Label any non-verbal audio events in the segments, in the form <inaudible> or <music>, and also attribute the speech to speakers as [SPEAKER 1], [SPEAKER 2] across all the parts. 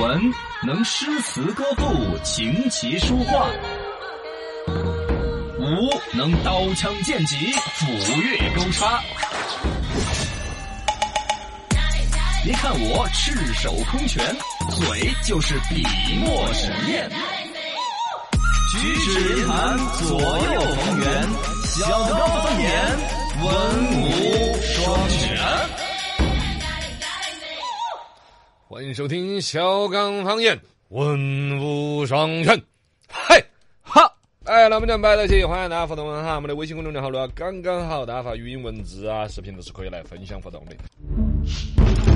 [SPEAKER 1] 文，能诗词歌赋、琴棋书画；武，能刀枪剑戟、斧钺钩叉。您看我赤手空拳，嘴就是笔墨纸砚，举止言谈左右逢源，小高方言，文武双全。
[SPEAKER 2] 欢迎收听小刚方言文武双全，嘿哈！哎，那我们讲摆到起，欢迎大家互动哈。我们的微信公众号呢，刚刚好，大家发语音、文字啊、视频都是可以来分享互动的。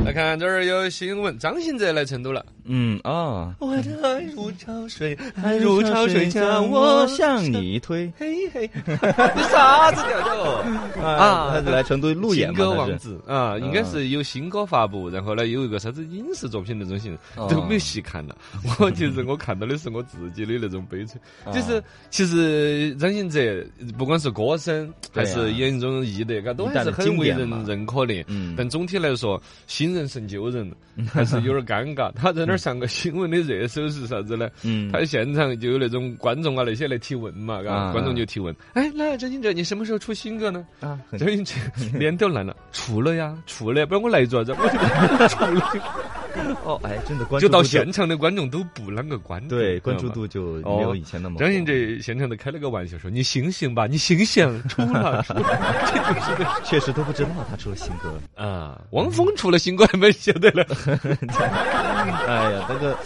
[SPEAKER 2] 来看这儿有新闻，张信哲来成都了。
[SPEAKER 3] 嗯啊，
[SPEAKER 4] 我的爱如潮水，爱
[SPEAKER 3] 爱
[SPEAKER 4] 如潮水将我
[SPEAKER 3] 向你推
[SPEAKER 2] 哎
[SPEAKER 4] 嘿嘿，你啥子调调？
[SPEAKER 3] 啊！他是嗯来成都路演
[SPEAKER 2] 新
[SPEAKER 3] 嘛？
[SPEAKER 2] 歌
[SPEAKER 3] 他
[SPEAKER 2] 王
[SPEAKER 3] 是
[SPEAKER 2] 子啊，应该是有新歌发布，然后呢有一个啥子影视作品那种形
[SPEAKER 3] 哦
[SPEAKER 2] 式，都没有细看了。 <laughs> 我其实我看到的是我自己的那种悲催，
[SPEAKER 3] 哦
[SPEAKER 2] 就是其实张信哲不管是歌声还
[SPEAKER 3] 对啊
[SPEAKER 2] 是演这种艺德，嘎都还是很为人认可的
[SPEAKER 3] 嗯。
[SPEAKER 2] 但总体来说，新人胜旧
[SPEAKER 3] <laughs>
[SPEAKER 2] 人还是有点尴尬。他在那儿上个新闻的热搜是啥子呢？
[SPEAKER 3] 嗯
[SPEAKER 2] 他现场就有那种观众啊那些来提问嘛，嘎，
[SPEAKER 3] 啊
[SPEAKER 2] 观众就提问，哎，那张信哲你什么时候出新歌呢？
[SPEAKER 3] 啊，很
[SPEAKER 2] 张信哲脸都蓝了，出了呀， <laughs> 出了呀，不然我来啊做啥子？我就出了，
[SPEAKER 3] 哦，哎，真的关注
[SPEAKER 2] <laughs> 就
[SPEAKER 3] 度
[SPEAKER 2] 到现场的观众都不啷个关注，
[SPEAKER 3] 对关注
[SPEAKER 2] 知道吗。
[SPEAKER 3] 度就没有以前那么
[SPEAKER 2] 张信哲现场都开了个玩笑说：“你醒醒吧，你 <laughs> 醒醒，啊出了
[SPEAKER 3] <laughs>
[SPEAKER 2] 出了
[SPEAKER 3] 确实都不知道他出了新歌。
[SPEAKER 2] 啊！”汪峰出了新歌还没晓得了，
[SPEAKER 3] 哎呀，那个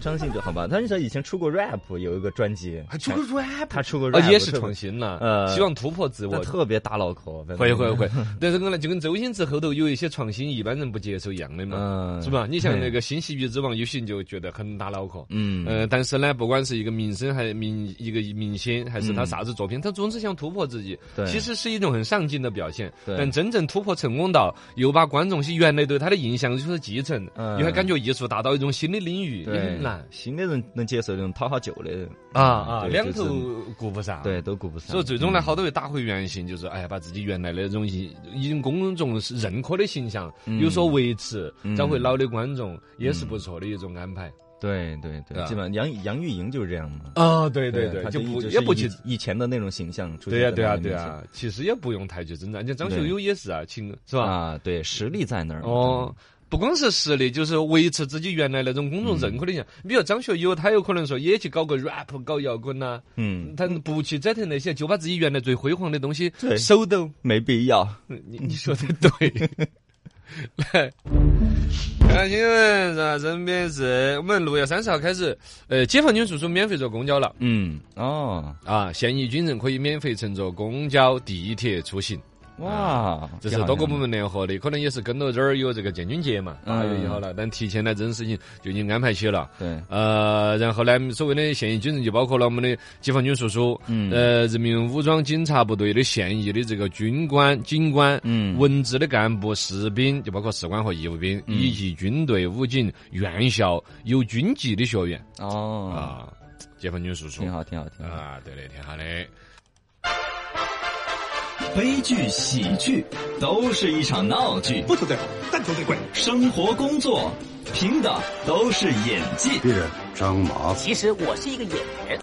[SPEAKER 3] 张信哲好吧，张信哲以前出过 rap，有一个专辑，
[SPEAKER 2] 还出了 rap
[SPEAKER 3] <laughs> 他出过
[SPEAKER 2] 啊，
[SPEAKER 3] rap
[SPEAKER 2] 也是
[SPEAKER 3] 特别
[SPEAKER 2] 创新了，
[SPEAKER 3] 呃
[SPEAKER 2] 希望突破自
[SPEAKER 3] 但
[SPEAKER 2] 我。
[SPEAKER 3] 特别打脑壳，反正
[SPEAKER 2] 会会会，但是我呢，就跟周星驰后头有一些创新，一般人不接受一样的嘛，
[SPEAKER 3] 嗯，
[SPEAKER 2] 是？吧？你像那个《新喜剧之王》，有些人就觉得很打脑壳，
[SPEAKER 3] 嗯
[SPEAKER 2] 呃，但是呢，不管是一个名声，还明一个明星，还是他啥子作品，他总是想突破自己，
[SPEAKER 3] 对
[SPEAKER 2] 其实是一种很上进的表现。
[SPEAKER 3] 对
[SPEAKER 2] 但真正突破成功到又把观众些原来对他的印象有所继承，
[SPEAKER 3] 嗯
[SPEAKER 2] 又还感觉艺术达到一种新的领域，也
[SPEAKER 3] 对
[SPEAKER 2] 很难，
[SPEAKER 3] 新的人能接受那种讨好旧的人
[SPEAKER 2] 啊啊，
[SPEAKER 3] 对
[SPEAKER 2] 两
[SPEAKER 3] 就是
[SPEAKER 2] 头顾不上。
[SPEAKER 3] 对，都顾不上。
[SPEAKER 2] 啊
[SPEAKER 3] 嗯
[SPEAKER 2] 所以最终呢，好多会打回原形，就是哎呀，把自己原来的那种已已经公众是认可的形象
[SPEAKER 3] 嗯
[SPEAKER 2] 有所维持，
[SPEAKER 3] 嗯
[SPEAKER 2] 找回老的观众，也是不错的一种安排。
[SPEAKER 3] 对对对，
[SPEAKER 2] 啊
[SPEAKER 3] 基本上杨杨钰莹就是这样嘛。
[SPEAKER 2] 啊，对对
[SPEAKER 3] 她
[SPEAKER 2] 就
[SPEAKER 3] 一
[SPEAKER 2] 不
[SPEAKER 3] 直
[SPEAKER 2] 也
[SPEAKER 3] 是
[SPEAKER 2] 不
[SPEAKER 3] 以
[SPEAKER 2] 去。
[SPEAKER 3] 以前的那种形象出现
[SPEAKER 2] 对呀、
[SPEAKER 3] 在
[SPEAKER 2] 对呀、
[SPEAKER 3] 大家
[SPEAKER 2] 对呀、
[SPEAKER 3] 面前
[SPEAKER 2] 其实也不用太去挣扎。你看张学
[SPEAKER 3] 对
[SPEAKER 2] 友也是啊，情是吧？
[SPEAKER 3] 啊，对，实力在那儿嘛
[SPEAKER 2] 哦，，不光是实力，就是维持自己原来那种公众认可的形象。
[SPEAKER 3] 嗯
[SPEAKER 2] 你比如张学友，他有可能说也去搞个 rap，搞摇滚呐、
[SPEAKER 3] 嗯，
[SPEAKER 2] 他不去折腾那些，就把自己原来最辉煌的东西
[SPEAKER 3] 对
[SPEAKER 2] 手抖。
[SPEAKER 3] 没必要。
[SPEAKER 2] 你你说的 <laughs> 对。来，看新闻是吧？身啊边是我们六月三十号开始，呃，解放军叔叔免费坐公交了
[SPEAKER 3] 嗯，哦，
[SPEAKER 2] 啊！现役军人可以免费乘坐公交、地铁出行，
[SPEAKER 3] 哇，
[SPEAKER 2] 这是多个部
[SPEAKER 3] 啊挺好
[SPEAKER 2] 门联合的，可能也是跟到这儿有这个建军节嘛，
[SPEAKER 3] 嗯
[SPEAKER 2] 八月一号了，但提前呢，这种事情就已经安排起了。
[SPEAKER 3] 看的，
[SPEAKER 2] 呃，然后呢，所谓的现役军人就包括了我们的解放军叔叔，
[SPEAKER 3] 嗯
[SPEAKER 2] 呃，人民武装警察部队的现役的这个军官、警官，
[SPEAKER 3] 嗯
[SPEAKER 2] 文职的干部、士兵，就包括士官和义务兵，以及军队、武警、院校有军籍的学员
[SPEAKER 3] 对，哦，
[SPEAKER 2] 啊，解放军叔叔
[SPEAKER 3] 挺好，挺好，挺好。
[SPEAKER 2] 啊，对的，挺好的。
[SPEAKER 1] 悲剧、喜剧，都是一场闹剧。
[SPEAKER 4] 不求最好，但求最贵。
[SPEAKER 1] 生活、工作，凭的都是演技。
[SPEAKER 5] 别人张麻子。
[SPEAKER 6] 其实我是一个演员。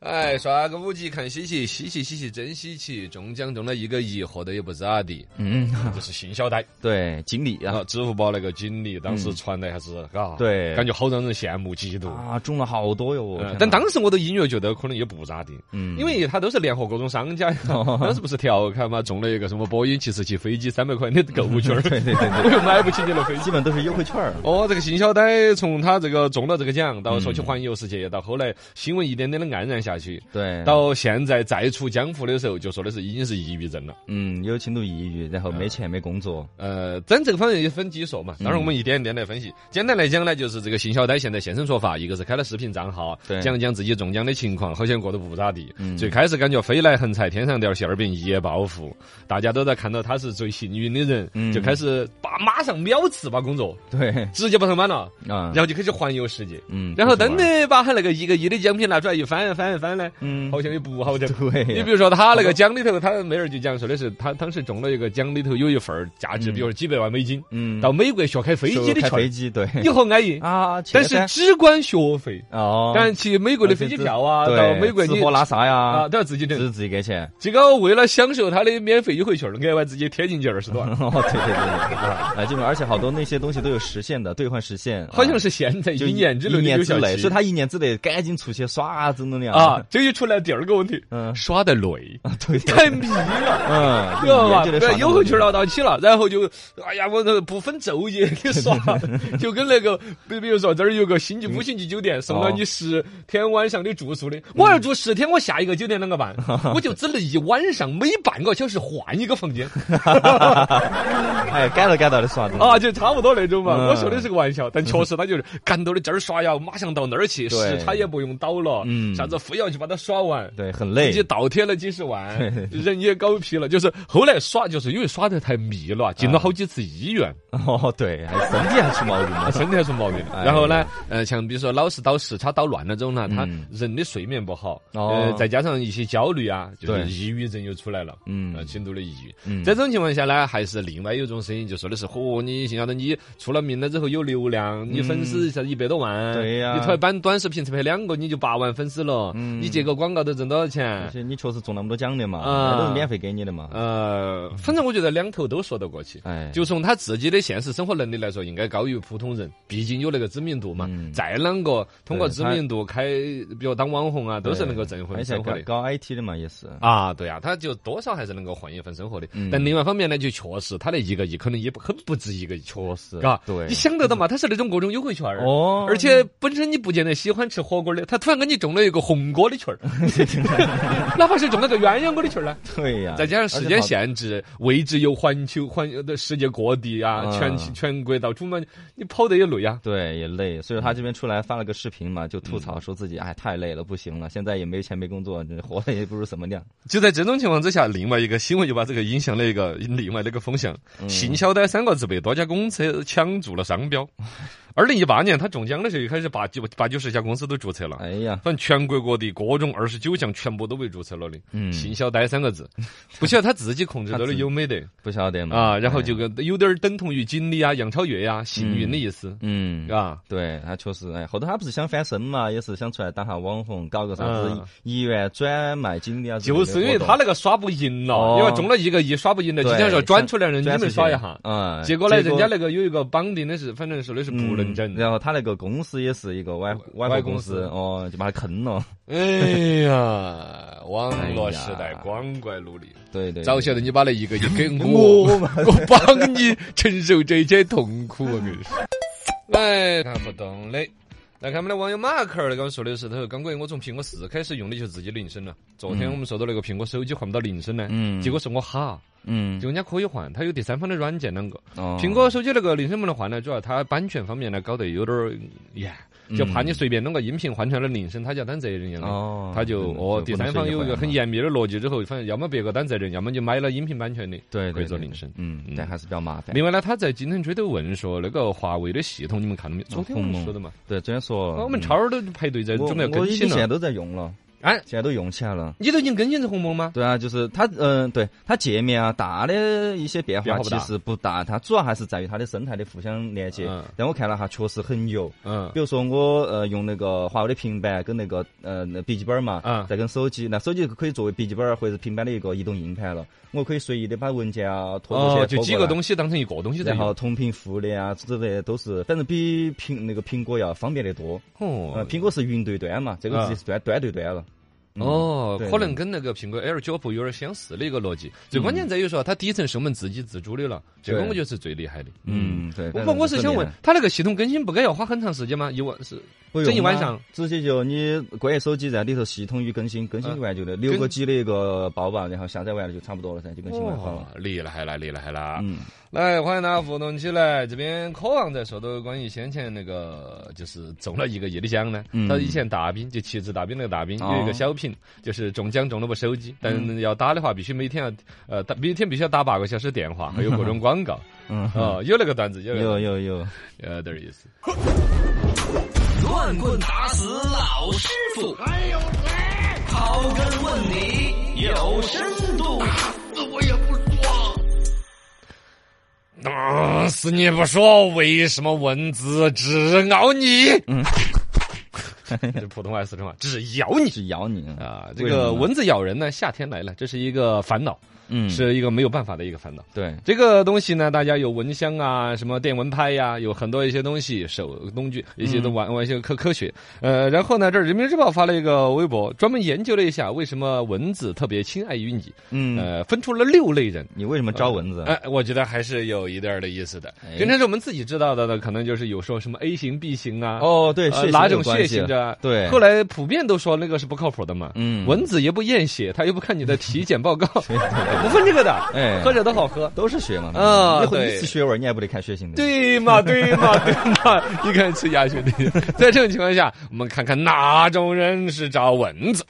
[SPEAKER 2] 哎，刷个五级看稀奇，稀奇稀奇真稀奇，中奖中了一个亿，获得也不咋地，
[SPEAKER 3] 嗯，
[SPEAKER 2] 这是新小贷。
[SPEAKER 3] 对，锦鲤
[SPEAKER 2] 然
[SPEAKER 3] 啊
[SPEAKER 2] 后，支付宝那个经理当时传的还是，嘎，
[SPEAKER 3] 对
[SPEAKER 2] 感觉好让人羡慕嫉妒。
[SPEAKER 3] 啊，中了好多
[SPEAKER 2] 嗯
[SPEAKER 3] 哟。天哪
[SPEAKER 2] 但当时我都隐约觉得可能也不咋地，
[SPEAKER 3] 嗯
[SPEAKER 2] 因为他都是联合各种商家，
[SPEAKER 3] 哦
[SPEAKER 2] 当时不是调侃嘛，中了一个什么波音七四七飞机三百块钱的购物券儿，
[SPEAKER 3] <laughs> <laughs> 对对对对
[SPEAKER 2] 我又买不起你的飞机
[SPEAKER 3] 基。本都是优惠券儿。
[SPEAKER 2] <laughs> 哦，这个信小呆从他这个中了这个奖，到说去环游世界，到后来新闻一点点的黯然下去，
[SPEAKER 3] 对，
[SPEAKER 2] 到现在再出江湖的时候，就说的是已经是抑郁症了。
[SPEAKER 3] 嗯，有轻度抑郁，然后没钱没工作，
[SPEAKER 2] 呃，咱这个方面也分几说嘛，
[SPEAKER 3] 嗯
[SPEAKER 2] 当然我们一点一点来分析。简单来讲呢，就是这个邢小呆现在现身说法，一个是开了视频账号，
[SPEAKER 3] 对嗯
[SPEAKER 2] 讲讲自己中奖的情况，好像过得不咋地。最开始感觉飞来横财，天上掉馅儿饼，一夜暴富，大家都在看到他是最幸运的人，
[SPEAKER 3] 嗯
[SPEAKER 2] 就开始把马上秒辞把工作，
[SPEAKER 3] 对
[SPEAKER 2] 直接把它满了，
[SPEAKER 3] 啊
[SPEAKER 2] 然，后就开始环游世界。
[SPEAKER 3] 嗯，
[SPEAKER 2] 然后
[SPEAKER 3] 出去
[SPEAKER 2] 真
[SPEAKER 3] 玩儿
[SPEAKER 2] 的把他那个一个亿的奖品拿出来一翻翻翻翻呢，
[SPEAKER 3] 嗯
[SPEAKER 2] 好像也不好整。
[SPEAKER 3] 对呀
[SPEAKER 2] 你比如说他那个奖里头，他梅尔就讲说的是，他当时中了一个奖里头有一份儿价值，比如说几百万美金，
[SPEAKER 3] 嗯，
[SPEAKER 2] 到美国学开飞机的
[SPEAKER 3] 开
[SPEAKER 2] 券
[SPEAKER 3] 飞
[SPEAKER 2] 儿，
[SPEAKER 3] 机对
[SPEAKER 2] 你好安逸。
[SPEAKER 3] 啊，
[SPEAKER 2] 但
[SPEAKER 3] 确
[SPEAKER 2] 是
[SPEAKER 3] 实
[SPEAKER 2] 只管学费，
[SPEAKER 3] 哦，
[SPEAKER 2] 但去美国的飞机票啊，
[SPEAKER 3] 对
[SPEAKER 2] 到美国你
[SPEAKER 3] 吃喝拉撒呀 <laughs>
[SPEAKER 2] 啊，都要自己
[SPEAKER 3] 只
[SPEAKER 2] 整。
[SPEAKER 3] 是自己给钱。 <laughs>
[SPEAKER 2] 结果为了享受他的免费优惠券儿，额外自己贴进去二十多万。
[SPEAKER 3] 哦，对对对对，啊，这个而且好多那些东西都有时限的，兑换时限，
[SPEAKER 2] 好像
[SPEAKER 3] 啊
[SPEAKER 2] 是现在
[SPEAKER 3] 就
[SPEAKER 2] 一年之内
[SPEAKER 3] 一
[SPEAKER 2] 的
[SPEAKER 3] 年
[SPEAKER 2] 有
[SPEAKER 3] 之
[SPEAKER 2] 效
[SPEAKER 3] 内，
[SPEAKER 2] 期
[SPEAKER 3] 所以他一年之内赶紧出去耍啊，怎么样
[SPEAKER 2] 啊，？这就出来第二个问题，
[SPEAKER 3] 嗯 <laughs>
[SPEAKER 2] 耍得累，
[SPEAKER 3] 对，对
[SPEAKER 2] 太迷了。 <laughs>
[SPEAKER 3] 嗯，
[SPEAKER 2] 知道吧？
[SPEAKER 3] 对，
[SPEAKER 2] 对，优惠券拿到起了，然后就，哎呀，我这不分昼夜给
[SPEAKER 3] <laughs>
[SPEAKER 2] 耍，
[SPEAKER 3] 嗯
[SPEAKER 2] 就跟那个，比比如说这儿有个星级五星级酒店送
[SPEAKER 3] 啊
[SPEAKER 2] 了你十天晚上的住宿的，
[SPEAKER 3] 嗯
[SPEAKER 2] 我要住十天，我下一个酒店啷个
[SPEAKER 3] <laughs>
[SPEAKER 2] 办？我就只能一晚上每半个小时换一个房
[SPEAKER 3] <laughs>
[SPEAKER 2] 间，
[SPEAKER 3] 哎，改了改到的耍的，
[SPEAKER 2] 啊，就差不多那种嘛。
[SPEAKER 3] 嗯
[SPEAKER 2] 我说的是个玩笑，但确实他就是赶到的这儿耍呀，马上到那儿去，
[SPEAKER 3] 对
[SPEAKER 2] 时差也不用倒了，
[SPEAKER 3] 嗯
[SPEAKER 2] 啥子非要去把它耍完。
[SPEAKER 3] 对，很
[SPEAKER 2] 自
[SPEAKER 3] 累
[SPEAKER 2] 己，倒贴了几十万
[SPEAKER 3] 对，
[SPEAKER 2] 人也搞皮了。就是后来耍，就是因为耍得太密了，
[SPEAKER 3] 啊
[SPEAKER 2] 进了好几次医院，
[SPEAKER 3] 哦，对，还身体还出毛病 <laughs> 了，
[SPEAKER 2] 身体还出毛病。
[SPEAKER 3] 哎
[SPEAKER 2] 然后呢，呃，像比如说老是倒时差倒乱了这种呢，他
[SPEAKER 3] 嗯
[SPEAKER 2] 人的睡眠不好，
[SPEAKER 3] 哦
[SPEAKER 2] 呃，再加上一些焦虑啊，就是
[SPEAKER 3] 对
[SPEAKER 2] 抑郁症又出来了。
[SPEAKER 3] 嗯
[SPEAKER 2] 呃，轻度的抑郁。
[SPEAKER 3] 嗯
[SPEAKER 2] 在这种情况下呢，还是另外有一种声音，就说的是：嚯，你晓得你出了名了之后有流量，你粉丝才一百多万，
[SPEAKER 3] 嗯对呀
[SPEAKER 2] 你突然搬短视频才拍两个，你就八万粉丝了，
[SPEAKER 3] 嗯
[SPEAKER 2] 你接个广告都挣多少钱
[SPEAKER 3] 而？且你确实中那么多奖的嘛，
[SPEAKER 2] 啊
[SPEAKER 3] 那都是免费给你的嘛，
[SPEAKER 2] 呃，反正我觉得两头都说得过去。
[SPEAKER 3] 哎，
[SPEAKER 2] 就从他自己的现实生活能力来说，应该高于普通人，毕竟有那个知名度嘛。
[SPEAKER 3] 嗯
[SPEAKER 2] 再啷个通过
[SPEAKER 3] 对
[SPEAKER 2] 知
[SPEAKER 3] 他
[SPEAKER 2] 名度开，比如当网红啊，都是能够挣
[SPEAKER 3] 而
[SPEAKER 2] 回
[SPEAKER 3] 且
[SPEAKER 2] 生活
[SPEAKER 3] 搞
[SPEAKER 2] 的。
[SPEAKER 3] 搞 IT 的嘛也是，
[SPEAKER 2] 啊，对啊，他就多少还是能够混一份生活的。
[SPEAKER 3] 嗯
[SPEAKER 2] 但另外一方面呢，就确实他那一个亿可能也不很不值一个亿，确
[SPEAKER 3] 实
[SPEAKER 2] 嘎，
[SPEAKER 3] 对
[SPEAKER 2] 你想得到嘛？他是那种各种优惠券儿。
[SPEAKER 3] 哦
[SPEAKER 2] 而且本身你不见得喜欢吃火锅的，他突然给你中了一个红锅的券儿，
[SPEAKER 3] <laughs>
[SPEAKER 2] 哪怕是中了个鸳鸯锅的券儿呢，
[SPEAKER 3] 对呀，
[SPEAKER 2] 再加上时间
[SPEAKER 3] 而且好，
[SPEAKER 2] 限制，位置又环球环呃世界各地啊，
[SPEAKER 3] 嗯
[SPEAKER 2] 全全国到处嘛，你跑得也累啊。
[SPEAKER 3] 对，也累，所以
[SPEAKER 2] 嗯
[SPEAKER 3] 他这边出来发了个视频嘛，就吐槽说自己哎太累了，不行了，现在也没钱没工作，这活的也不如什么样，
[SPEAKER 2] 就在这种情况之下，另外一个新闻就把这个引向了一个另外的一个风向。性小呆三个字被多家公司抢注了商标。二零一八年他中奖的时候，一开始八九八九十家公司都注册了。
[SPEAKER 3] 哎呀，
[SPEAKER 2] 反正全国各地各种二十九项全部都被注册了的，
[SPEAKER 3] 嗯
[SPEAKER 2] 性小呆三个字，不晓得他自己控制到的有没得
[SPEAKER 3] 不晓得嘛，
[SPEAKER 2] 啊？然后
[SPEAKER 3] 哎
[SPEAKER 2] 就跟有点儿等同于锦鲤啊、杨超越呀、幸运的意思
[SPEAKER 3] 嗯。
[SPEAKER 2] 啊。
[SPEAKER 3] 对他确实，哎，后头他不是想翻身嘛，也是想出来当下网红，搞个啥子
[SPEAKER 2] 嗯
[SPEAKER 3] 医院转卖经理啊之类的
[SPEAKER 2] 就
[SPEAKER 3] 活动，
[SPEAKER 2] 是因为他那个耍不赢了，
[SPEAKER 3] 哦
[SPEAKER 2] 因为中了一个亿耍不赢了，
[SPEAKER 3] 对
[SPEAKER 2] 就想说转出来让你
[SPEAKER 3] 转出
[SPEAKER 2] 们
[SPEAKER 3] 去
[SPEAKER 2] 耍一下。
[SPEAKER 3] 嗯，
[SPEAKER 2] 结果呢，人家那个有一个绑定的是，反正说的是不
[SPEAKER 3] 嗯
[SPEAKER 2] 能整。
[SPEAKER 3] 然后他那个公司也是一个外外
[SPEAKER 2] 外
[SPEAKER 3] 国
[SPEAKER 2] 公
[SPEAKER 3] 公
[SPEAKER 2] 司
[SPEAKER 3] 司，哦，就把他坑了。
[SPEAKER 2] 哎呀，网络时代光怪陆离，
[SPEAKER 3] 对哎对，
[SPEAKER 2] 早晓得你把那一个亿
[SPEAKER 3] <laughs>
[SPEAKER 2] 给我， <laughs>
[SPEAKER 3] 我嘛，
[SPEAKER 2] 我帮你承受这些痛苦，啊我跟你说。来，哎看不懂的。来看我们的网友马克儿跟我说的是，他说刚哥，我从苹果四开始用的就是自己铃声了。昨天我们说到那个苹果手机换不到铃声呢，
[SPEAKER 3] 嗯
[SPEAKER 2] 结果是我哈，
[SPEAKER 3] 嗯，
[SPEAKER 2] 就人家可以换，它有第三方的软件啷个？
[SPEAKER 3] 哦
[SPEAKER 2] 苹果手机那个铃声不能换呢，主要它版权方面呢搞得有点
[SPEAKER 3] 嗯
[SPEAKER 2] 儿严，就怕你随便弄个音频换成了铃声，它就要担责任一样的。
[SPEAKER 3] 哦，
[SPEAKER 2] 它就
[SPEAKER 3] 嗯
[SPEAKER 2] 哦，第三方有一个很，严密的逻辑之后，反正要么别个担责任，要么就买了音频版权的，
[SPEAKER 3] 对
[SPEAKER 2] 可以
[SPEAKER 3] 对，
[SPEAKER 2] 做
[SPEAKER 3] 对
[SPEAKER 2] 铃声。
[SPEAKER 3] 嗯
[SPEAKER 2] 嗯，
[SPEAKER 3] 但还是比较麻烦。
[SPEAKER 2] 另外呢，他在今天追头问说，那个华为的系统你们看
[SPEAKER 3] 哦
[SPEAKER 2] 到没有？昨天我们说的嘛，
[SPEAKER 3] 对，昨天说
[SPEAKER 2] 啊我们
[SPEAKER 3] 嗯
[SPEAKER 2] 超儿都排队在
[SPEAKER 3] 我
[SPEAKER 2] 准备要
[SPEAKER 3] 我
[SPEAKER 2] 更
[SPEAKER 3] 已
[SPEAKER 2] 新
[SPEAKER 3] 经现在
[SPEAKER 2] 了。
[SPEAKER 3] 都在用了，
[SPEAKER 2] 哎，
[SPEAKER 3] 现在都用起来了。
[SPEAKER 2] 你都已经更新成鸿蒙吗？
[SPEAKER 3] 对啊，就是它，嗯、对它界面啊，大的一些变
[SPEAKER 2] 变化
[SPEAKER 3] 化
[SPEAKER 2] 不大
[SPEAKER 3] 其实不大，它主要还是在于它的生态的互相连接
[SPEAKER 2] 嗯。
[SPEAKER 3] 但我看了哈，确实很油。
[SPEAKER 2] 嗯
[SPEAKER 3] 比如说我呃用那个华为的平板跟那个呃那笔记本嘛，
[SPEAKER 2] 嗯
[SPEAKER 3] 再跟手机，那手机可以作为笔记本或者是平板的一个移动硬盘了，我可以随意的把文件啊拖过去、
[SPEAKER 2] 哦，就几个
[SPEAKER 3] 西，
[SPEAKER 2] 东西当成一个东西在
[SPEAKER 3] 然后
[SPEAKER 2] 用。
[SPEAKER 3] 同屏互联啊之类的都是，反正比苹那个苹果要方便得多。呃，
[SPEAKER 2] 哦啊
[SPEAKER 3] 苹果是云对端嘛，这个直接是端端对端了。嗯
[SPEAKER 2] 哦，
[SPEAKER 3] 对嗯
[SPEAKER 2] 可能跟那个苹果 Air 九 Pro 有点相似的一个逻辑。最关键在于说，它底层是我们自己自主的了，这个
[SPEAKER 3] 对
[SPEAKER 2] 我觉得是最厉害的。
[SPEAKER 3] 嗯，对。
[SPEAKER 2] 我
[SPEAKER 3] 反
[SPEAKER 2] 不，
[SPEAKER 3] 正
[SPEAKER 2] 我是
[SPEAKER 3] 很
[SPEAKER 2] 想
[SPEAKER 3] 厉
[SPEAKER 2] 问
[SPEAKER 3] 害，
[SPEAKER 2] 它那个系统更新不该要花很长时间吗？一晚是
[SPEAKER 3] 不用
[SPEAKER 2] 整一晚
[SPEAKER 3] 啊
[SPEAKER 2] 上，
[SPEAKER 3] 直接就你关手机，在里头系统与更新，更新完
[SPEAKER 2] 嗯
[SPEAKER 3] 就得六个 G 的一个包吧，然后下载完了就差不多了噻，就更新完
[SPEAKER 2] 哇
[SPEAKER 3] 好了。，
[SPEAKER 2] 哦厉害了，厉害了！ <laughs>
[SPEAKER 3] 嗯，
[SPEAKER 2] 来，欢迎大家互动起来。这边渴望在说到关于先前那个，就是中了一个亿的奖呢。
[SPEAKER 3] 嗯
[SPEAKER 2] 他以前大兵就旗帜大兵那个大兵
[SPEAKER 3] 哦嗯
[SPEAKER 2] 有一个小品，就是中奖中了部手机，但要打的话必须每天要呃，打每天必须要打八个小时电话，还有各种广告。
[SPEAKER 3] 嗯
[SPEAKER 2] 哦，有那个段子，有那呃个
[SPEAKER 3] 有有有，
[SPEAKER 2] 有点意思。
[SPEAKER 1] 乱棍打死老师傅，还有谁？刨根问底有深度。
[SPEAKER 2] 打死你不说，为什么文字只咬你？
[SPEAKER 3] 嗯
[SPEAKER 2] <laughs> 这普通话、四川话，只咬你
[SPEAKER 3] 是咬你
[SPEAKER 2] 啊！这
[SPEAKER 3] 为什么
[SPEAKER 2] 个
[SPEAKER 3] 呢
[SPEAKER 2] 蚊子咬人呢，夏天来了，这是一个烦恼，
[SPEAKER 3] 嗯
[SPEAKER 2] 是一个没有办法的一个烦恼。
[SPEAKER 3] 对，
[SPEAKER 2] 这个东西呢，大家有蚊香啊，什么电蚊拍呀、有很多一些东西手工具，一些都玩
[SPEAKER 3] 嗯
[SPEAKER 2] 玩一些科科学。呃，然后呢，这《人民日报》发了一个微博，专门研究了一下为什么蚊子特别亲爱于你，
[SPEAKER 3] 嗯，
[SPEAKER 2] 呃，分出了六类人。
[SPEAKER 3] 你为什么招蚊子？啊
[SPEAKER 2] 哎，我觉得还是有一点儿的意思的。
[SPEAKER 3] 哎
[SPEAKER 2] 平常是我们自己知道的呢，可能就是有说什么 A 型、B 型啊，
[SPEAKER 3] 哦，对，
[SPEAKER 2] 呃
[SPEAKER 3] 血型
[SPEAKER 2] 哪
[SPEAKER 3] 有
[SPEAKER 2] 种
[SPEAKER 3] 关
[SPEAKER 2] 血
[SPEAKER 3] 系
[SPEAKER 2] 型的。
[SPEAKER 3] 对，
[SPEAKER 2] 后来普遍都说那个是不靠谱的嘛。
[SPEAKER 3] 嗯
[SPEAKER 2] 蚊子也不验血，它又不看你的体检
[SPEAKER 3] <laughs>
[SPEAKER 2] 报告，不分这个的。
[SPEAKER 3] 哎
[SPEAKER 2] 喝着都好喝。
[SPEAKER 3] 都是血嘛，
[SPEAKER 2] 啊
[SPEAKER 3] 一会
[SPEAKER 2] 对
[SPEAKER 3] 一次血味儿你也不得看血型的，，
[SPEAKER 2] 对嘛，对嘛，对嘛！你看吃鸭血的，在这种情况下，我们看看哪种人是招蚊子。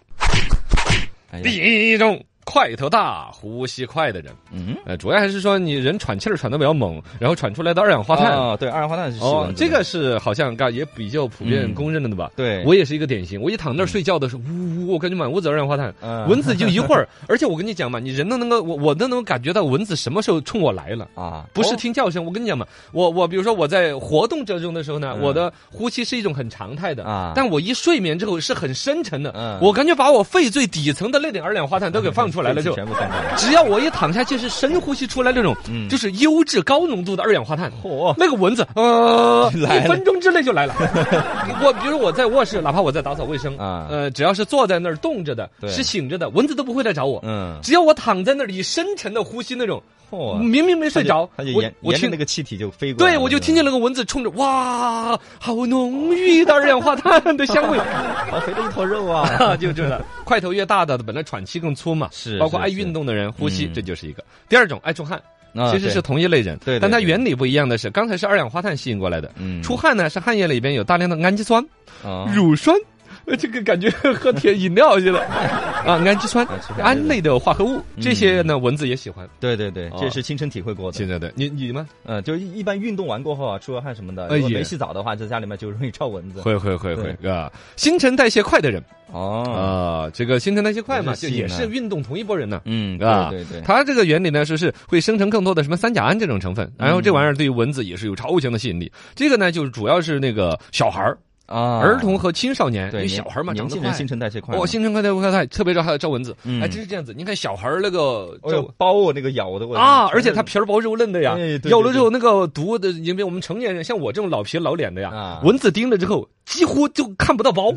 [SPEAKER 3] 哎
[SPEAKER 2] 第
[SPEAKER 3] 呀，
[SPEAKER 2] 一种，块头大、呼吸快的人，
[SPEAKER 3] 嗯，
[SPEAKER 2] 呃，主要还是说你人喘气儿喘的比较猛，然后喘出来的二氧化碳。
[SPEAKER 3] 哦，对，二氧化碳是吸
[SPEAKER 2] 哦
[SPEAKER 3] 蚊，子
[SPEAKER 2] 这
[SPEAKER 3] 的
[SPEAKER 2] 个是好像嘎也比较普遍
[SPEAKER 3] 嗯
[SPEAKER 2] 公认的吧？
[SPEAKER 3] 对
[SPEAKER 2] 我也是一个典型。我一躺那儿睡觉的时候，呜呜，我感觉满屋子二氧化碳，
[SPEAKER 3] 嗯
[SPEAKER 2] 蚊子就一会儿。而且我跟你讲嘛，你人都能够，我我都能感觉到蚊子什么时候冲我来了。
[SPEAKER 3] 啊，
[SPEAKER 2] 不是
[SPEAKER 3] 哦
[SPEAKER 2] 听叫声，我跟你讲嘛，我我比如说我在活动这中的时候呢，
[SPEAKER 3] 嗯
[SPEAKER 2] 我的呼吸是一种很常态的
[SPEAKER 3] 啊
[SPEAKER 2] 但我一睡眠之后是很深沉的，
[SPEAKER 3] 嗯啊
[SPEAKER 2] 我感觉把我肺最底层的那点二氧化碳都给放出来了
[SPEAKER 3] 对
[SPEAKER 2] 就，
[SPEAKER 3] 全部放出来了
[SPEAKER 2] 只要我一躺下去是深呼吸出来那种，
[SPEAKER 3] 嗯
[SPEAKER 2] 就是优质高浓度的二氧化碳，
[SPEAKER 3] 嚯
[SPEAKER 2] 那个蚊子呃
[SPEAKER 3] <laughs> 来了
[SPEAKER 2] 一分钟之内就
[SPEAKER 3] <laughs>
[SPEAKER 2] 来了。我比如我在卧室，哪怕我在打扫卫生
[SPEAKER 3] 啊
[SPEAKER 2] 呃，只要是坐在那儿动着的，
[SPEAKER 3] 对
[SPEAKER 2] 是醒着的，蚊子都不会来找我。
[SPEAKER 3] 嗯，
[SPEAKER 2] 只要我躺在那里深沉的呼吸那种，
[SPEAKER 3] 嚯
[SPEAKER 2] 明明没睡着，
[SPEAKER 3] 他就
[SPEAKER 2] 我
[SPEAKER 3] 沿
[SPEAKER 2] 我
[SPEAKER 3] 沿着
[SPEAKER 2] 听
[SPEAKER 3] 那个气体就飞过来了，
[SPEAKER 2] 对，我就听见那个蚊子冲着，哇，好浓郁的二氧化碳的
[SPEAKER 3] <laughs>
[SPEAKER 2] 香味，
[SPEAKER 3] 好肥的一坨肉啊，
[SPEAKER 2] 啊， <laughs> 就这了。块头越大的，本来喘气更粗嘛，
[SPEAKER 3] 是
[SPEAKER 2] 包括
[SPEAKER 3] 是
[SPEAKER 2] 爱
[SPEAKER 3] 是
[SPEAKER 2] 运动的人，呼吸
[SPEAKER 3] 嗯
[SPEAKER 2] 这就是一个。第二种爱出汗，
[SPEAKER 3] <laughs> 啊
[SPEAKER 2] 其实是
[SPEAKER 3] 对
[SPEAKER 2] 同一类人，
[SPEAKER 3] 对对
[SPEAKER 2] 但它
[SPEAKER 3] 对
[SPEAKER 2] 原理不一样的是，刚才是二氧化碳吸引过来的，
[SPEAKER 3] 嗯
[SPEAKER 2] 出汗呢是汗液里边有大量的氨基酸、
[SPEAKER 3] 啊
[SPEAKER 2] 乳酸。呃，这个感觉喝甜饮料
[SPEAKER 3] <laughs>
[SPEAKER 2] 去了啊！氨基酸
[SPEAKER 3] 啊是、的
[SPEAKER 2] 胺类的化合物，
[SPEAKER 3] 嗯
[SPEAKER 2] 这些呢蚊子也喜欢。
[SPEAKER 3] 对对对，
[SPEAKER 2] 哦
[SPEAKER 3] 这是亲身体会过的
[SPEAKER 2] 现。在的你你呢？
[SPEAKER 3] 嗯，就一一般运动完过后啊，出了汗什么的，
[SPEAKER 2] 哎
[SPEAKER 3] 如果
[SPEAKER 2] 也
[SPEAKER 3] 没洗澡的话，在家里面就容易招
[SPEAKER 2] <laughs>
[SPEAKER 3] 蚊子。
[SPEAKER 2] 会会会会啊！新陈代谢快的人，
[SPEAKER 3] 哦，
[SPEAKER 2] 啊，这个新陈代谢快嘛，
[SPEAKER 3] 也是
[SPEAKER 2] 就
[SPEAKER 3] 吸引
[SPEAKER 2] 也是
[SPEAKER 3] 了
[SPEAKER 2] 运动同一波人呢。
[SPEAKER 3] 嗯，
[SPEAKER 2] 啊，
[SPEAKER 3] 对对对，
[SPEAKER 2] 它这个原理呢，说是会生成更多的什么三甲胺这种成分，
[SPEAKER 3] 嗯
[SPEAKER 2] 然后这玩意儿对于蚊子也是有超强的吸引力。这个呢，就是主要是那个小孩儿、
[SPEAKER 3] 啊，
[SPEAKER 2] 儿童和青少年，因
[SPEAKER 3] 对
[SPEAKER 2] 为
[SPEAKER 3] 年
[SPEAKER 2] 小孩儿嘛，
[SPEAKER 3] 年
[SPEAKER 2] 长得
[SPEAKER 3] 轻人
[SPEAKER 2] 快
[SPEAKER 3] 新陈代谢快嘛，
[SPEAKER 2] 哦，新陈代谢快太，特别是还有招蚊子，
[SPEAKER 3] 嗯
[SPEAKER 2] 还真是这样子。你看小孩儿那个
[SPEAKER 3] 哎呦
[SPEAKER 2] 招。
[SPEAKER 3] 包我那个咬的我
[SPEAKER 2] 啊，而且它皮儿薄肉嫩的呀
[SPEAKER 3] 哎对，对
[SPEAKER 2] 咬了之后那个毒的，因为我们成年人像我这种老皮老脸的呀
[SPEAKER 3] 啊，哎
[SPEAKER 2] 蚊子叮了之后几乎就看不到
[SPEAKER 3] <laughs>
[SPEAKER 2] 包，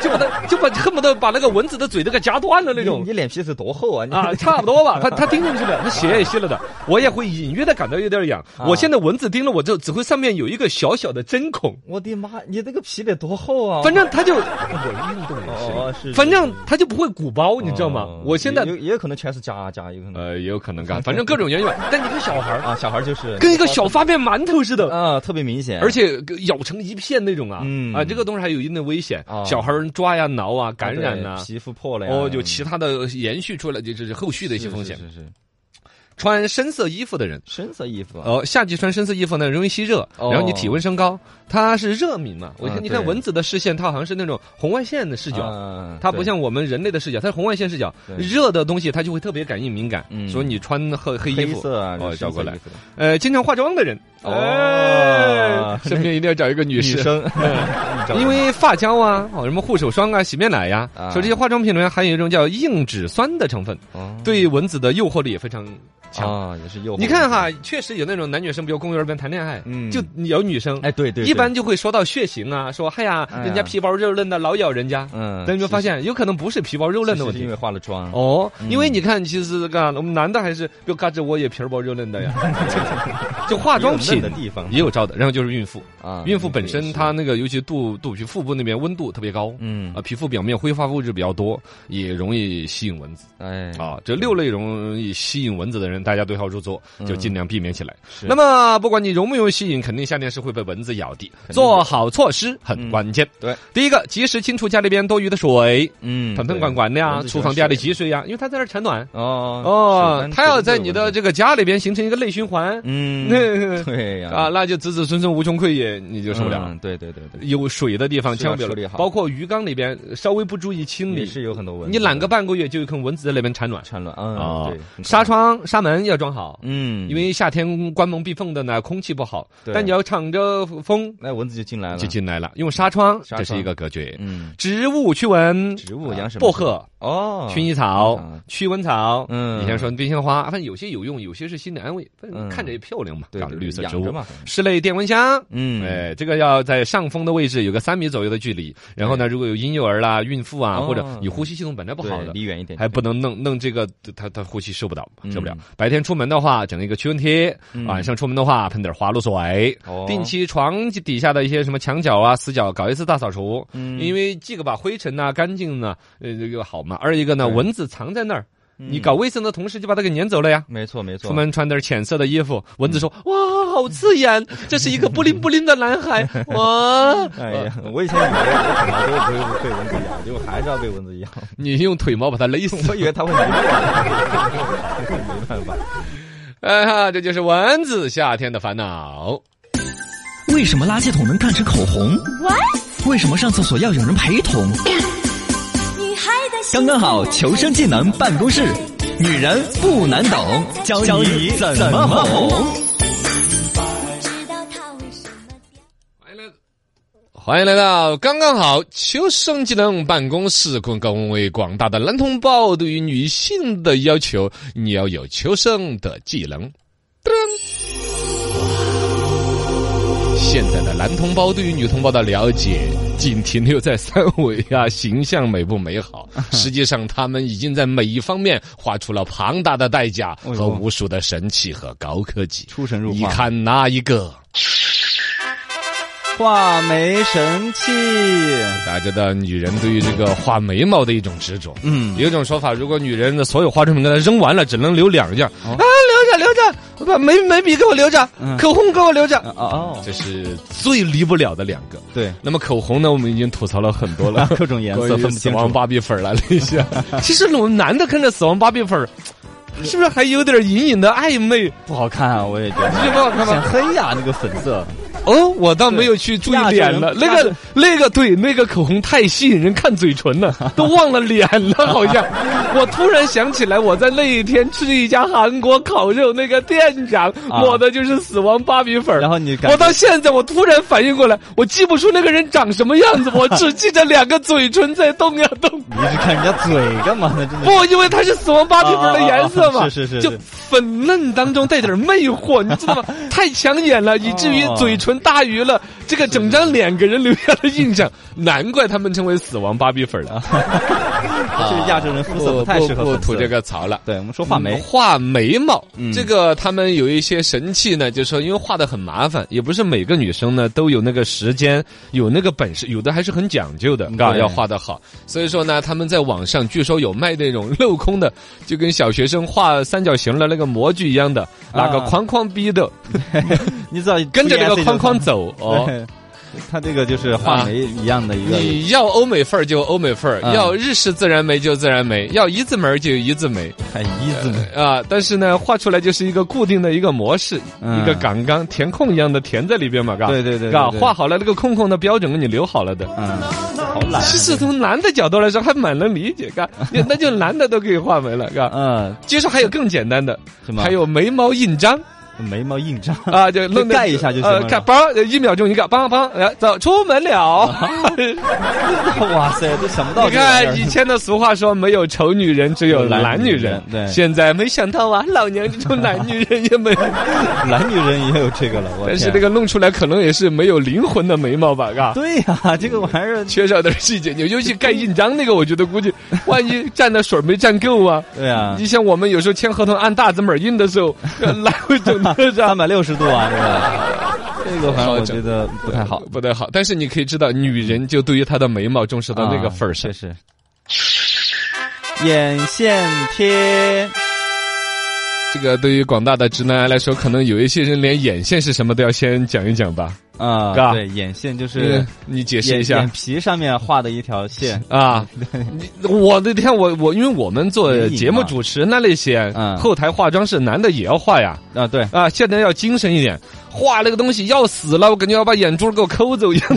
[SPEAKER 2] 就把它就把恨不得把那个蚊子的嘴都给夹断了那
[SPEAKER 3] 那
[SPEAKER 2] 种
[SPEAKER 3] 种，你。脸皮是多厚啊？你
[SPEAKER 2] 啊，差不多吧，它它叮进去了，它血也吸了的，我也会隐约的感到有点痒。
[SPEAKER 3] 啊
[SPEAKER 2] 我现在蚊子叮了我之后，只会上面有一个小小的针孔，
[SPEAKER 3] 我的妈，你那个皮得多厚啊？
[SPEAKER 2] 反正它就我运动
[SPEAKER 3] 哦是，
[SPEAKER 2] 反正它就不会鼓包，你
[SPEAKER 3] 你
[SPEAKER 2] 知道吗？我现在
[SPEAKER 3] 也哦也有可能全是夹夹，有可能
[SPEAKER 2] 呃也有可能干，反正各种原因吧。但你看
[SPEAKER 3] <laughs>
[SPEAKER 2] 小孩儿，
[SPEAKER 3] 啊，小孩就是
[SPEAKER 2] 跟一个小发面馒头似的。
[SPEAKER 3] 啊，特别明显，
[SPEAKER 2] 而且咬成一片那种啊，
[SPEAKER 3] 嗯
[SPEAKER 2] 啊，这个东西还有一定的危险，
[SPEAKER 3] 啊
[SPEAKER 2] 小孩儿抓呀、挠啊、感染呐、
[SPEAKER 3] 对皮肤破了呀，
[SPEAKER 2] 哦，有其他的延续出来，就就是后续的一些风险。
[SPEAKER 3] 是是是
[SPEAKER 2] 穿深色衣服的人，
[SPEAKER 3] 深色衣服啊，
[SPEAKER 2] 哦，夏季穿深色衣服呢，容易吸热，
[SPEAKER 3] 哦
[SPEAKER 2] 然后你体温升高，它是热敏嘛。我看
[SPEAKER 3] 嗯
[SPEAKER 2] 你看
[SPEAKER 3] 对
[SPEAKER 2] 蚊子的视线，它好像是那种红外线的视角，
[SPEAKER 3] 啊
[SPEAKER 2] 它不
[SPEAKER 3] 对
[SPEAKER 2] 像我们人类的视角，它是红外线视角，
[SPEAKER 3] 对
[SPEAKER 2] 热的东西它就会特别感应敏感，
[SPEAKER 3] 嗯
[SPEAKER 2] 所以你穿黑黑衣
[SPEAKER 3] 黑
[SPEAKER 2] 服
[SPEAKER 3] 色啊，
[SPEAKER 2] 哦
[SPEAKER 3] 深
[SPEAKER 2] 找
[SPEAKER 3] 色
[SPEAKER 2] 过
[SPEAKER 3] 衣
[SPEAKER 2] 来，
[SPEAKER 3] 服的
[SPEAKER 2] 呃，经常化妆的人，
[SPEAKER 3] 哦
[SPEAKER 2] 哎
[SPEAKER 3] <laughs>
[SPEAKER 2] 身边一定要找一个女
[SPEAKER 3] 女
[SPEAKER 2] 士。
[SPEAKER 3] 生，
[SPEAKER 2] 因为发胶啊，哦，什么护手霜啊、洗面奶呀、
[SPEAKER 3] 啊
[SPEAKER 2] 说这些化妆品里面含有一种叫硬脂酸的成分，
[SPEAKER 3] 哦
[SPEAKER 2] <laughs> 对蚊子的诱惑力也非常强。
[SPEAKER 3] 啊，也是诱惑。
[SPEAKER 2] 你看，哈，确实有那种男女生，比如公园边谈恋爱，
[SPEAKER 3] 嗯
[SPEAKER 2] 就有女生，
[SPEAKER 3] 哎，对对，
[SPEAKER 2] 一般就会说到血型啊，说哎呀，
[SPEAKER 3] 哎呀
[SPEAKER 2] 人家皮包肉嫩的，老咬人家。
[SPEAKER 3] 嗯，
[SPEAKER 2] 但你会发
[SPEAKER 3] 现
[SPEAKER 2] 现，有可能不是皮包肉嫩的问
[SPEAKER 3] 是因
[SPEAKER 2] 题。
[SPEAKER 3] 为化了妆，
[SPEAKER 2] 哦，因为你看，其实嘎，我们男的还是，比如嘎吱窝也皮包肉嫩
[SPEAKER 3] <laughs>
[SPEAKER 2] 的呀， <laughs> 就化妆
[SPEAKER 3] 也有
[SPEAKER 2] 品
[SPEAKER 3] 嫩的地方
[SPEAKER 2] 也有招的。然后就是孕妇，
[SPEAKER 3] 啊，
[SPEAKER 2] 孕妇本
[SPEAKER 3] 也
[SPEAKER 2] 身
[SPEAKER 3] 是
[SPEAKER 2] 她那个，尤其肚肚皮腹部那边温度特别高，
[SPEAKER 3] 嗯
[SPEAKER 2] 啊，皮肤表面挥发物质比较多，也容易吸引蚊子
[SPEAKER 3] 哎
[SPEAKER 2] 啊。这六类容易吸引蚊子的人，大家对号入座，就尽量避免起来。
[SPEAKER 3] 嗯是
[SPEAKER 2] 那么，不管你容不容易吸引，肯定夏天是会被蚊子咬的。
[SPEAKER 3] 定的嗯
[SPEAKER 2] 做好措施很关键。
[SPEAKER 3] 对，
[SPEAKER 2] 第一个，及时清除家里边多余的水，
[SPEAKER 3] 嗯
[SPEAKER 2] 盆盆罐罐的呀，
[SPEAKER 3] 蚊子喜
[SPEAKER 2] 厨
[SPEAKER 3] 欢
[SPEAKER 2] 房底下的
[SPEAKER 3] 水
[SPEAKER 2] 积水呀，因为它在那儿产卵。
[SPEAKER 3] 哦
[SPEAKER 2] 哦，它要在你
[SPEAKER 3] 水
[SPEAKER 2] 的
[SPEAKER 3] 分
[SPEAKER 2] <laughs> 这个家里边形成一个内循环。
[SPEAKER 3] 嗯
[SPEAKER 2] 那
[SPEAKER 3] <laughs> 对呀
[SPEAKER 2] <laughs> 啊，那就子子孙孙无穷匮也，你就受不了。
[SPEAKER 3] 嗯对对对对，
[SPEAKER 2] 有水的地方
[SPEAKER 3] 是
[SPEAKER 2] 千
[SPEAKER 3] 要
[SPEAKER 2] 万不
[SPEAKER 3] 处理
[SPEAKER 2] 要，
[SPEAKER 3] 好
[SPEAKER 2] 包括鱼缸里边稍微不注意清
[SPEAKER 3] 也
[SPEAKER 2] 理，
[SPEAKER 3] 是有很多蚊子。
[SPEAKER 2] 嗯你
[SPEAKER 3] <laughs>
[SPEAKER 2] 懒个半个月就有可能蚊子在那边产卵。
[SPEAKER 3] 产卵，嗯，
[SPEAKER 2] 啊
[SPEAKER 3] 对，很，
[SPEAKER 2] 纱
[SPEAKER 3] 可怕，
[SPEAKER 2] 窗、纱门要装好，
[SPEAKER 3] 嗯，
[SPEAKER 2] 因为夏天关门闭缝的呢，空气不好。
[SPEAKER 3] 对
[SPEAKER 2] 但你要敞着风
[SPEAKER 3] 那蚊子就进来了，
[SPEAKER 2] 就进来了，用纱窗
[SPEAKER 3] 纱
[SPEAKER 2] 这
[SPEAKER 3] 窗
[SPEAKER 2] 是一个隔绝。
[SPEAKER 3] 嗯，
[SPEAKER 2] 植物驱蚊，啊
[SPEAKER 3] 植物养什么
[SPEAKER 2] 薄荷、
[SPEAKER 3] 哦，
[SPEAKER 2] 薰衣草
[SPEAKER 3] 啊、
[SPEAKER 2] 驱蚊草，
[SPEAKER 3] 嗯
[SPEAKER 2] 以前说的冰鲜花，反正有些有用，有些是心理安慰，反正
[SPEAKER 3] 嗯
[SPEAKER 2] 看着也漂亮嘛，
[SPEAKER 3] 对
[SPEAKER 2] 搞的
[SPEAKER 3] 对
[SPEAKER 2] 绿色
[SPEAKER 3] 养
[SPEAKER 2] 植
[SPEAKER 3] 着
[SPEAKER 2] 物。
[SPEAKER 3] 嘛
[SPEAKER 2] 室内电蚊香，
[SPEAKER 3] 嗯，
[SPEAKER 2] 哎，这个要在上风的位置有个三米左右的距离。然后呢，如果有婴幼儿啦、孕妇啊，
[SPEAKER 3] 哦
[SPEAKER 2] 或者你呼吸系统本来不
[SPEAKER 3] 对，
[SPEAKER 2] 好的，
[SPEAKER 3] 离远一点，
[SPEAKER 2] 还不能弄弄这个，他他呼吸受不了，
[SPEAKER 3] 嗯
[SPEAKER 2] 受不了。白天出门的话，整一个驱蚊贴；
[SPEAKER 3] 嗯
[SPEAKER 2] 晚上出门的话，喷点花露水。
[SPEAKER 3] 哦
[SPEAKER 2] 哎定，期床底下的一些什么墙角啊、死角搞一次大扫除，
[SPEAKER 3] 嗯
[SPEAKER 2] 因为这个吧，灰尘呐、干净呢，呃，这个好嘛。二一个呢，
[SPEAKER 3] 对
[SPEAKER 2] 蚊子藏在那儿，你
[SPEAKER 3] 嗯
[SPEAKER 2] 搞卫生的同时就把它给撵走了呀。
[SPEAKER 3] 没错没错，
[SPEAKER 2] 出门穿点浅色的衣服，蚊子说：“哇，好刺眼！这是一个不灵不灵的男孩。”哇，
[SPEAKER 3] 哎呀，
[SPEAKER 2] 呃
[SPEAKER 3] 我以前以为我可能都不会被蚊子咬，结果还是要被蚊子咬。
[SPEAKER 2] 你用腿毛把它勒死。
[SPEAKER 3] <laughs> 我以为它会没办法，没办法。
[SPEAKER 2] <laughs> 哎呀，这就是蚊子夏天的烦恼。
[SPEAKER 1] 为什么垃圾桶能看成口红为什么上厕所要有人陪同？刚刚
[SPEAKER 5] 刚刚
[SPEAKER 1] 好
[SPEAKER 5] 好，，
[SPEAKER 1] 求
[SPEAKER 5] 求
[SPEAKER 1] 生
[SPEAKER 5] 生
[SPEAKER 1] 技
[SPEAKER 5] 技
[SPEAKER 1] 能
[SPEAKER 5] 能
[SPEAKER 1] 办
[SPEAKER 5] 办
[SPEAKER 1] 公
[SPEAKER 5] 公
[SPEAKER 1] 室
[SPEAKER 5] 室，，
[SPEAKER 1] 女人不难懂，教你怎么红。
[SPEAKER 2] 欢迎来，欢迎来到刚刚好求生技能办公室，跟各位广大的男同胞对于女性的要求，你要有求生的技能。噔现在的男同胞对于女同胞的了解，仅停留在三维啊，形象美不美
[SPEAKER 3] <laughs>
[SPEAKER 2] 好？实际上，他们已经在每一方面花出了庞大的代价
[SPEAKER 3] 哎呦
[SPEAKER 2] 和无数的神器和高科技。
[SPEAKER 3] 出神入化
[SPEAKER 2] 你看哪一个？
[SPEAKER 3] 画眉神器，
[SPEAKER 2] 大家知道，女人对于这个画眉毛的一种执着。
[SPEAKER 3] 嗯，
[SPEAKER 2] 有一种说法，如果女人的所有化妆品给她扔完了，只能留两样、啊，留着留着，我把眉眉笔给我留着，
[SPEAKER 3] 哦嗯
[SPEAKER 2] 口红给我留着，
[SPEAKER 3] 哦哦，
[SPEAKER 2] 这是最离不了的两个。
[SPEAKER 3] 对，，
[SPEAKER 2] 那么口红呢，我们已经吐槽了很多了
[SPEAKER 3] <laughs> 各种颜色
[SPEAKER 2] 关于
[SPEAKER 3] 分不
[SPEAKER 2] 死
[SPEAKER 3] 清
[SPEAKER 2] 亡
[SPEAKER 3] 楚。
[SPEAKER 2] 芭比粉儿来了一下。 <laughs> 其实我们男的看着死亡芭比粉儿，是不是还有点隐隐的暧昧？
[SPEAKER 3] 不好看啊，我也觉得。
[SPEAKER 2] 这不好看
[SPEAKER 3] 很
[SPEAKER 2] 吗？
[SPEAKER 3] 黑呀、那个粉色，
[SPEAKER 2] 哦，我倒没有去注意脸了。
[SPEAKER 3] 对
[SPEAKER 2] 那
[SPEAKER 3] 亚
[SPEAKER 2] 个
[SPEAKER 3] 洲人
[SPEAKER 2] 那个，对，那个口红太吸引人，看嘴唇
[SPEAKER 3] <laughs>
[SPEAKER 2] 了，都忘了脸了，好像。我突然想起来，我在那一天吃一家韩国烤肉，那个店长
[SPEAKER 3] 啊
[SPEAKER 2] 抹的就是死亡芭比粉儿。
[SPEAKER 3] 然后你感
[SPEAKER 2] 我到现在，我突然反应过来，我记不出那个人长什么样子，我只记得两个嘴唇在动呀动。
[SPEAKER 3] 你一直看人家嘴干嘛呢？真的是
[SPEAKER 2] <laughs> 不，因为它是死亡芭比粉的颜色嘛，
[SPEAKER 3] 啊啊啊是是是
[SPEAKER 2] 就是粉嫩当中带点魅惑，你
[SPEAKER 3] <laughs>
[SPEAKER 2] 知道吗？太抢眼了，以至于
[SPEAKER 3] 哦
[SPEAKER 2] 嘴唇大于了这个整张脸给人留下的印象，难怪他们称为死亡芭比粉啊了。
[SPEAKER 3] 就是亚洲人肤色不太适合
[SPEAKER 2] 不
[SPEAKER 3] 粉色。
[SPEAKER 2] 吐这，个槽了。
[SPEAKER 3] 对我们说画眉，
[SPEAKER 2] 嗯画眉毛，
[SPEAKER 3] 嗯
[SPEAKER 2] 这个他们有一些神器呢，就是说因为画的很麻烦，也不是每个女生呢都有那个时间，有那个本事，有的还是很讲究的，啊，
[SPEAKER 3] 对
[SPEAKER 2] 要画的好。所以说呢，他们在网上据说有卖那种镂空的，就跟小学生画三角形的那个模具一样的，拿个
[SPEAKER 3] 啊
[SPEAKER 2] 框框逼的，
[SPEAKER 3] 你知道
[SPEAKER 2] 跟着那个
[SPEAKER 3] VS
[SPEAKER 2] 框框
[SPEAKER 3] 就是 <laughs>
[SPEAKER 2] 走哦。
[SPEAKER 3] 对，他这个就是画眉一样的一个，
[SPEAKER 2] 你要欧美范儿就欧美范儿，
[SPEAKER 3] 啊
[SPEAKER 2] 要日式自然眉就自然眉，要一字眉儿就一字眉。
[SPEAKER 3] 很 easy 嘛。
[SPEAKER 2] 啊，但是呢，画出来就是一个固定的一个模式，
[SPEAKER 3] 嗯
[SPEAKER 2] 一个杠杠填空一样的填在里边嘛，嘎，
[SPEAKER 3] 对对对对
[SPEAKER 2] 嘎，
[SPEAKER 3] 对
[SPEAKER 2] 画好了那个空空的标准给你留好了的。
[SPEAKER 3] 嗯，好懒。
[SPEAKER 2] 其实从男的角度来说，还蛮能理解，
[SPEAKER 3] <laughs>
[SPEAKER 2] 嘎，那那就男的都可以画眉了，嘎。
[SPEAKER 3] 嗯，
[SPEAKER 2] 接着还有更简单的，
[SPEAKER 3] 什么？
[SPEAKER 2] 还有眉毛印
[SPEAKER 3] <laughs>
[SPEAKER 2] 章
[SPEAKER 3] 眉毛印章。
[SPEAKER 2] 啊，就弄
[SPEAKER 3] 盖一下就行
[SPEAKER 2] 呃
[SPEAKER 3] 了，
[SPEAKER 2] 盖帮一秒钟一个，帮帮，哎走，出门
[SPEAKER 3] <laughs>
[SPEAKER 2] 了。
[SPEAKER 3] 哇塞，都想不
[SPEAKER 2] 你
[SPEAKER 3] 到哦这玩意儿。
[SPEAKER 2] 看以前的俗话说没有丑女人，只有懒女人。
[SPEAKER 3] 懒女人对
[SPEAKER 2] 现在没想到啊，老娘这种懒女人也没
[SPEAKER 3] <laughs>
[SPEAKER 2] 有。
[SPEAKER 3] 男女人也有这个了，我
[SPEAKER 2] 但是
[SPEAKER 3] 天
[SPEAKER 2] 这个弄出来可能也是没有灵魂的眉毛吧，嘎。
[SPEAKER 3] 对呀、这个玩意儿，
[SPEAKER 2] 缺少点细节，尤其盖印章那个，我觉得估计万一蘸的水没蘸够
[SPEAKER 3] <laughs>
[SPEAKER 2] 啊。
[SPEAKER 3] 对呀、
[SPEAKER 2] 你像我们有时候签合同按大字门印的时
[SPEAKER 3] <laughs>
[SPEAKER 2] 候，来回整的是吧
[SPEAKER 3] 三百六十度啊，这个这
[SPEAKER 2] <laughs>
[SPEAKER 3] 个反正我觉得不太好，
[SPEAKER 2] 不太好。但是你可以知道，女人就对于她的眉毛重视到那个份儿上
[SPEAKER 3] 啊确。实。眼线贴，
[SPEAKER 2] 这个对于广大的直男癌来说，可能有一些人连眼线是什么都要先讲一讲吧。
[SPEAKER 3] 啊
[SPEAKER 2] 是吧，
[SPEAKER 3] 对，眼线就
[SPEAKER 2] 这
[SPEAKER 3] 是
[SPEAKER 2] 个你解释
[SPEAKER 3] 眼
[SPEAKER 2] 嗯一下
[SPEAKER 3] 眼皮上面画的一条线，
[SPEAKER 2] 啊！你我的天，我我因为我们做
[SPEAKER 3] 眼影
[SPEAKER 2] 节目
[SPEAKER 3] 嘛
[SPEAKER 2] 主持人那那些，
[SPEAKER 3] 嗯
[SPEAKER 2] 后台化妆是男的也要化呀
[SPEAKER 3] 啊，对，
[SPEAKER 2] 啊！现在要精神一点，画那个东西要死了，我感觉要把眼珠给我抠走一
[SPEAKER 3] <laughs>
[SPEAKER 2] 样。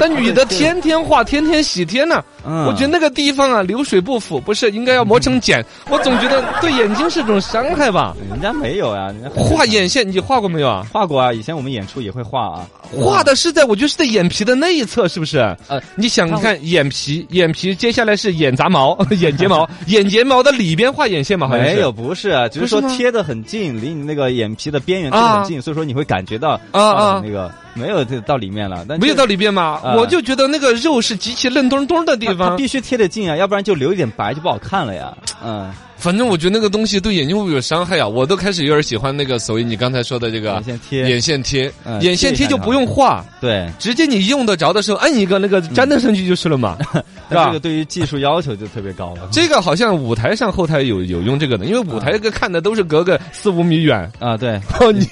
[SPEAKER 2] 但女的天天画，天天洗，天呐、
[SPEAKER 3] 嗯，
[SPEAKER 2] 我觉得那个地方啊，流水不腐，不是应该要磨成茧？我总觉得对眼睛是种伤害吧。
[SPEAKER 3] 人家没有呀，人家
[SPEAKER 2] 画眼线，你画过没有啊？
[SPEAKER 3] 画过啊，以前我们演出也会画啊，
[SPEAKER 2] 画的是在，我觉得是在眼皮的那一侧，是不是？
[SPEAKER 3] 呃
[SPEAKER 2] 你想看眼皮，眼皮接下来是眼杂毛、 <laughs> 眼睫毛、眼睫毛的里边画眼线嘛？好像是
[SPEAKER 3] 没有，不是啊，只是
[SPEAKER 2] 不是
[SPEAKER 3] 说
[SPEAKER 2] 吗
[SPEAKER 3] 贴的很近，离你那个眼皮的边缘贴得很近，所以说你会感觉到
[SPEAKER 2] 啊啊
[SPEAKER 3] 画的那个没有到里面了，但
[SPEAKER 2] 没有
[SPEAKER 3] 这
[SPEAKER 2] 到里边嘛？
[SPEAKER 3] 啊
[SPEAKER 2] 我就觉得那个肉是极其嫩墩墩的地
[SPEAKER 3] 它它
[SPEAKER 2] 方。
[SPEAKER 3] 必须贴得近啊，要不然就留一点白就不好看了呀，嗯，
[SPEAKER 2] <laughs> 反正我觉得那个东西对眼睛会不会有伤害啊？我都开始有点喜欢那个所谓你刚才说的这个
[SPEAKER 3] 眼线贴
[SPEAKER 2] 眼线贴，
[SPEAKER 3] 嗯
[SPEAKER 2] 眼线贴就不用画。
[SPEAKER 3] 对，
[SPEAKER 2] 直接你用得着的时候按一个那个粘的上去就是了 <laughs> 嘛，是
[SPEAKER 3] 但这
[SPEAKER 2] 吧
[SPEAKER 3] 个？对于技术要求就特别高了。
[SPEAKER 2] 这个好像舞台上后台有有用这个的，因为舞台个看的都是隔个四五米远，
[SPEAKER 3] 啊，对，
[SPEAKER 2] 哦，你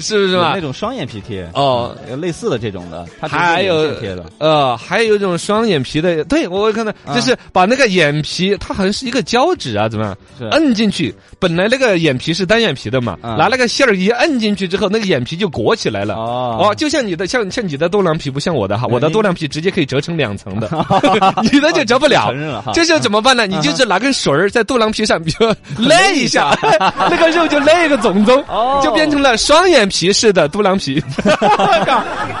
[SPEAKER 2] 是不是
[SPEAKER 3] 有
[SPEAKER 2] 嘛
[SPEAKER 3] 那？种双眼皮贴
[SPEAKER 2] 哦，
[SPEAKER 3] 有类似的这种的，它只是
[SPEAKER 2] 还有
[SPEAKER 3] 眼线贴的，
[SPEAKER 2] 呃，还有一种双眼皮的，对我看到
[SPEAKER 3] 啊
[SPEAKER 2] 就是把那个眼皮，它好像是一个胶纸啊，怎么样
[SPEAKER 3] 是
[SPEAKER 2] 摁进去？本来那个眼皮是单眼皮的嘛，
[SPEAKER 3] 啊
[SPEAKER 2] 拿那个线儿一摁进去之后，那个眼皮就裹起来了。
[SPEAKER 3] 哦
[SPEAKER 2] 就像你的，像像你的多囊皮不像我的哈，
[SPEAKER 3] 对
[SPEAKER 2] 我的
[SPEAKER 3] 你
[SPEAKER 2] 多囊皮直接可以折成两
[SPEAKER 3] <laughs>
[SPEAKER 2] 层的，你的就折不了
[SPEAKER 3] 承。认了哈，
[SPEAKER 2] 啊这时候怎么办呢？你就是拿根水儿在肚腩皮上，比如 <laughs> 说勒一下， <laughs> 那个肉就勒个肿肿
[SPEAKER 3] 哦，
[SPEAKER 2] 就变成了双眼皮式的肚腩皮。 <laughs>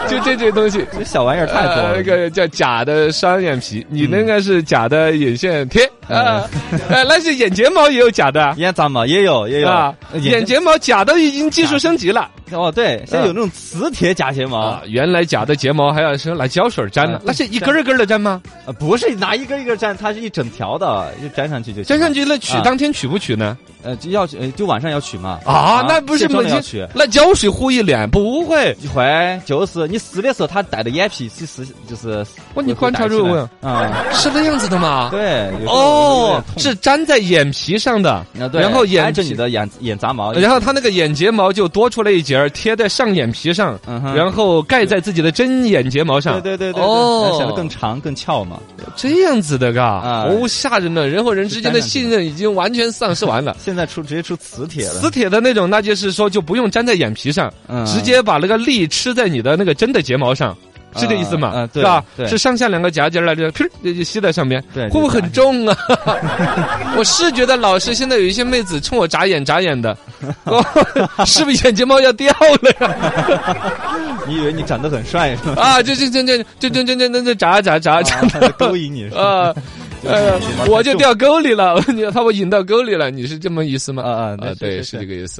[SPEAKER 2] 就这这东西，
[SPEAKER 3] 这小玩意儿太多
[SPEAKER 2] 呃
[SPEAKER 3] 了，
[SPEAKER 2] 那个叫假的双眼皮，你那个是假的眼线贴啊，呃，那是眼睫毛也有假的啊
[SPEAKER 3] 眼睫毛也有也有
[SPEAKER 2] 啊，眼睫毛假的已经技术升级了
[SPEAKER 3] 哦，对，现在有那种磁铁假睫毛
[SPEAKER 2] 啊，，嗯原来假的睫毛还要是拿胶水粘的
[SPEAKER 3] 啊，
[SPEAKER 2] 那是一根儿一根儿的粘吗？
[SPEAKER 3] 呃不是拿一根一根粘，它是一整条的，就粘上去就行
[SPEAKER 2] 粘上，去那取
[SPEAKER 3] 啊
[SPEAKER 2] 当天取不取呢？
[SPEAKER 3] 呃，就要呃就晚上要取嘛，
[SPEAKER 2] 啊，那不是
[SPEAKER 3] 卸妆
[SPEAKER 2] 每
[SPEAKER 3] 了要取
[SPEAKER 2] 天。那胶水糊一脸，不会。
[SPEAKER 3] 一会就是你撕的时候，它带的眼皮是是就是，
[SPEAKER 2] 哇你观察
[SPEAKER 3] 这
[SPEAKER 2] 这个
[SPEAKER 3] 个
[SPEAKER 2] 问
[SPEAKER 3] 啊，
[SPEAKER 2] 是那样子的吗？
[SPEAKER 3] 对，有时候
[SPEAKER 2] 哦，
[SPEAKER 3] 有点
[SPEAKER 2] 是粘在眼皮上的，
[SPEAKER 3] 痛，啊对
[SPEAKER 2] 然后
[SPEAKER 3] 挨
[SPEAKER 2] 眼
[SPEAKER 3] 着你的眼眼杂毛，
[SPEAKER 2] 然后它那个眼睫毛就多出来一截儿，贴在上眼皮上，
[SPEAKER 3] 嗯哼
[SPEAKER 2] 然后盖在自己的真眼睫毛上。
[SPEAKER 3] 对对对对对，
[SPEAKER 2] 哦
[SPEAKER 3] 显得更长更翘嘛。
[SPEAKER 2] 这样子的嘎，
[SPEAKER 3] 啊
[SPEAKER 2] 哦，吓人了！人和人之间的
[SPEAKER 3] 是粘上去
[SPEAKER 2] 信任已经完全丧失
[SPEAKER 3] <laughs>
[SPEAKER 2] 完了。
[SPEAKER 3] 现在出直接出磁铁了，
[SPEAKER 2] 磁铁的那种，那就是说就不用粘在眼皮上，
[SPEAKER 3] 嗯
[SPEAKER 2] 直接把那个力吃在你的那个真的睫毛上，是这意思吗？
[SPEAKER 3] 啊啊
[SPEAKER 2] 是
[SPEAKER 3] 对
[SPEAKER 2] 吧？
[SPEAKER 3] 对
[SPEAKER 2] 是上下两个夹节儿来着，噗就就吸在上面，
[SPEAKER 3] 对
[SPEAKER 2] 会不会很重啊？我是觉得老师现在有一些妹子冲我眨眼眨眼的，哦、是不是眼睫毛要掉了呀？
[SPEAKER 3] 你以为你长得很帅
[SPEAKER 2] <laughs>
[SPEAKER 3] 是吧？
[SPEAKER 2] 啊，这这这这这这这这这这眨眨眨眨
[SPEAKER 3] 啊勾
[SPEAKER 2] <laughs>
[SPEAKER 3] 引你是吧？
[SPEAKER 2] 啊！呃，我就掉沟里了，你把我引到沟里了，你是这么意思吗？
[SPEAKER 3] 啊啊
[SPEAKER 2] 对，
[SPEAKER 3] 对是是
[SPEAKER 2] 是这个意思。